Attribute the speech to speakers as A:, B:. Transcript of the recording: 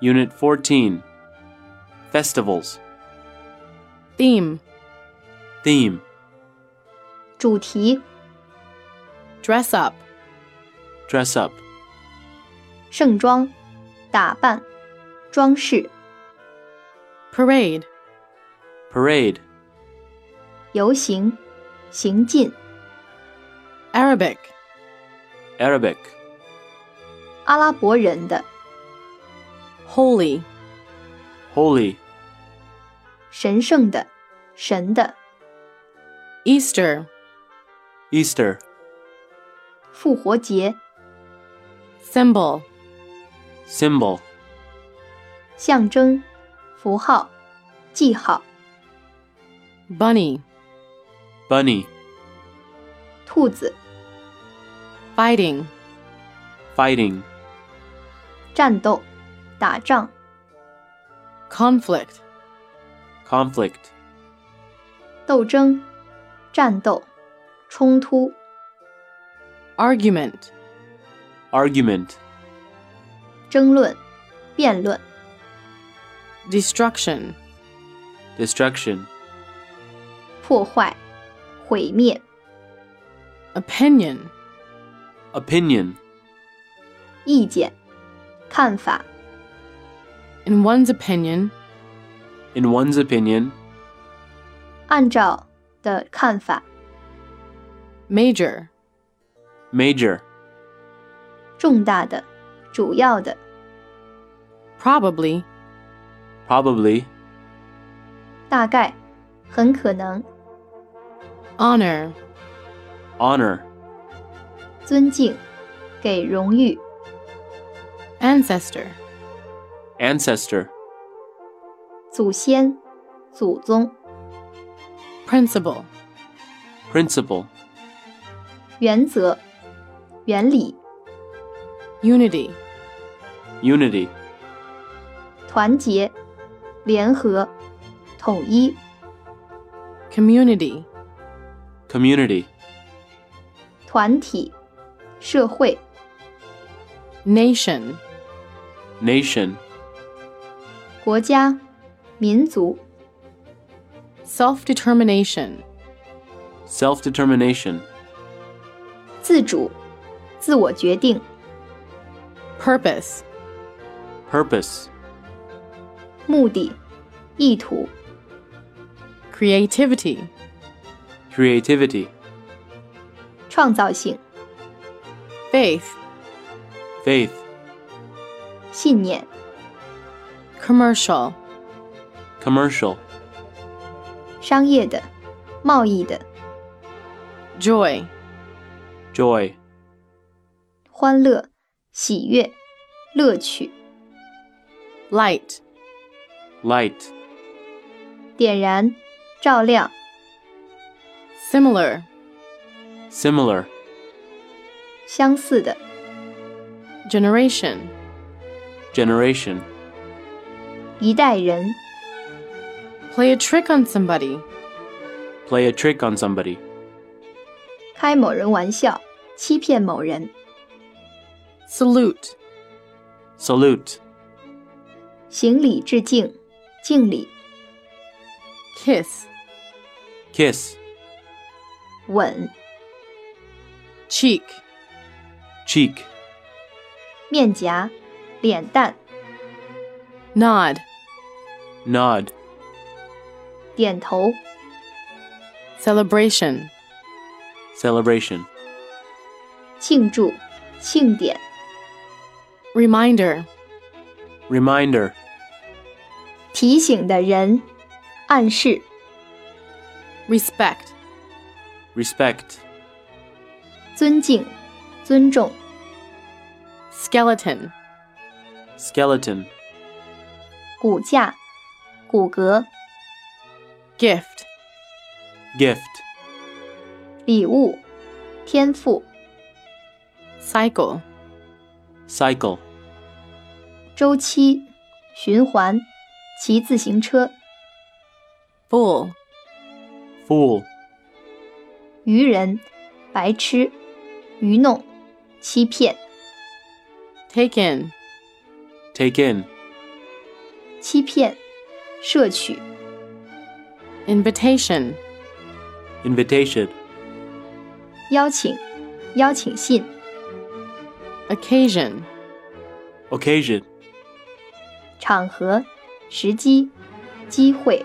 A: Unit 14 Festivals
B: Theme
A: Theme
C: 主题、
B: Dress up.
A: Dress up
C: 盛装、打扮、装饰、
B: Parade.
A: Parade
C: 游行、行进、
B: Arabic.
A: Arabic
C: 阿拉伯人的、
B: Holy.
A: Holy
C: 神圣的、神的、
B: Easter.
A: Easter
C: 复活节、
B: Symbol.
A: Symbol
C: 象征、符号、记号、
B: Bunny.
A: Bunny
C: 兔子、
B: Fighting.
A: Fighting
C: 战斗、打仗、
B: Conflict.
A: Conflict
C: 斗争、战斗、冲突、
B: Argument.
A: Argument
C: 争论、辩论、
B: Destruction.
A: Destruction
C: 破坏、毁灭、
B: Opinion.
A: Opinion
C: 意见、看法、
B: In one's opinion.
A: In one's opinion
C: 按照的看法、
B: Major.
A: Major
C: 重大的、主要的、
B: Probably.
A: Probably
C: 大概、很可能、
B: Honor.
A: Honor
C: 尊敬、给荣誉、
B: Ancestor.
A: Ancestor
C: 祖先、祖宗、
B: Principle.
A: Principle
C: 原则、原理、
B: Unity.
A: Unity
C: 团结、联合、统一、
B: Community.
A: Community
C: 团体、社会、
B: Nation.
A: Nation
C: 国家、民族、
B: Self determination.
A: Self-determination
C: 自主、自我决定、
B: Purpose.
A: Purpose
C: 目的、意图、
B: Creativity.
A: Creativity
C: 创造性、
B: Faith.
A: Faith
C: 信念、
B: Commercial.
A: Commercial
C: 商业的、贸易的、
B: Joy.
A: Joy
C: 欢乐、喜悦、乐趣、
B: Light.
A: Light
C: 点燃、照亮、
B: Similar.
A: Similar
C: 相似的、
B: Generation.
A: Generation
C: 一代人、
B: Play a trick on somebody.
A: Play a trick on somebody
C: 开某人玩笑、欺骗某人、
B: Salute.
A: Salute
C: 行礼致敬、敬礼、
B: Kiss.
A: Kiss
C: 吻、
B: Cheek.
A: Cheek
C: 面颊、脸蛋、
B: Nod.
A: Nod
C: 点头、
B: Celebration.
A: Celebration
C: 庆祝、庆典、
B: Reminder.
A: Reminder
C: 提醒的人、暗示、
B: Respect.
A: Respect
C: 尊敬、尊重、
B: Skeleton.
A: Skeleton
C: 骨架、骨骼、
B: Gift.
A: Gift
C: 礼物、天赋、
B: Cycle.
A: Cycle
C: 周期、循环、骑自行车、
B: Fool.
A: Fool
C: 愚人、白痴、愚弄、欺骗、
B: Take in.
A: Take in
C: 欺骗、摄取、
B: invitation,
A: invitation,
C: 邀请、邀请信、
B: occasion,
A: occasion,
C: 场合、时机、机会。